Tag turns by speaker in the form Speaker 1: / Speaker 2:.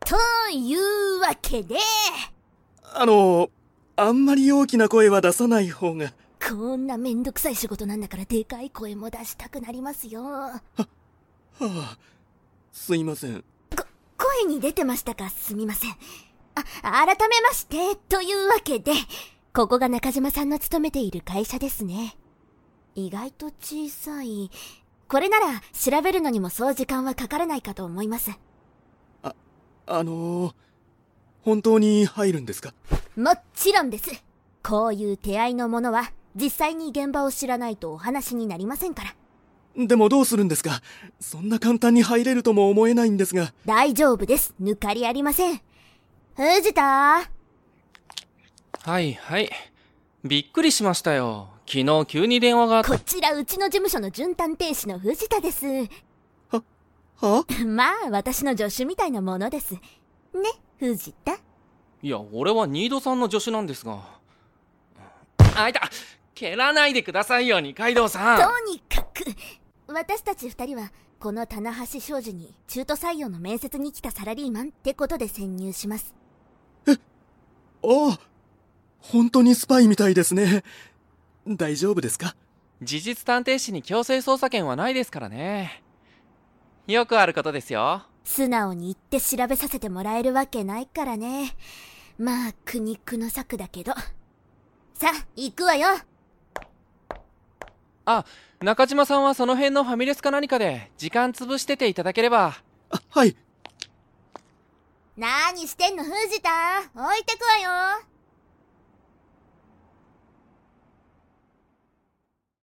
Speaker 1: というわけで、
Speaker 2: あの、あんまり大きな声は出さない方が。
Speaker 1: こんなめんどくさい仕事なんだからでかい声も出したくなりますよ。
Speaker 2: はあ、すいません。
Speaker 1: 声に出てましたかすみません。あ、改めまして、というわけで、ここが中島さんの勤めている会社ですね。意外と小さい。これなら調べるのにもそう時間はかからないかと思います。
Speaker 2: あ、あのー、本当に入るんですか
Speaker 1: もちろんです。こういう手合いのものは実際に現場を知らないとお話になりませんから。
Speaker 2: でもどうするんですかそんな簡単に入れるとも思えないんですが。
Speaker 1: 大丈夫です。抜かりありません。藤田
Speaker 3: はいはい。びっくりしましたよ。昨日急に電話が。
Speaker 1: こちらうちの事務所の準探偵士の藤田です。
Speaker 2: は、は
Speaker 1: まあ、私の助手みたいなものです。ね、藤田
Speaker 3: いや、俺はニードさんの助手なんですが。あいた蹴らないでくださいよ、二階堂さ
Speaker 1: ん。とにかく、私たち二人は、この棚橋商事に中途採用の面接に来たサラリーマンってことで潜入します。
Speaker 2: え、ああ、本当にスパイみたいですね。大丈夫ですか
Speaker 3: 事実探偵士に強制捜査権はないですからね。よくあることですよ。
Speaker 1: 素直に言って調べさせてもらえるわけないからね。まあ、苦肉の策だけど。さあ、行くわよ
Speaker 3: あ、中島さんはその辺のファミレスか何かで時間潰してていただければ。
Speaker 2: あ、はい。
Speaker 1: 何してんの、藤田置いてくわよ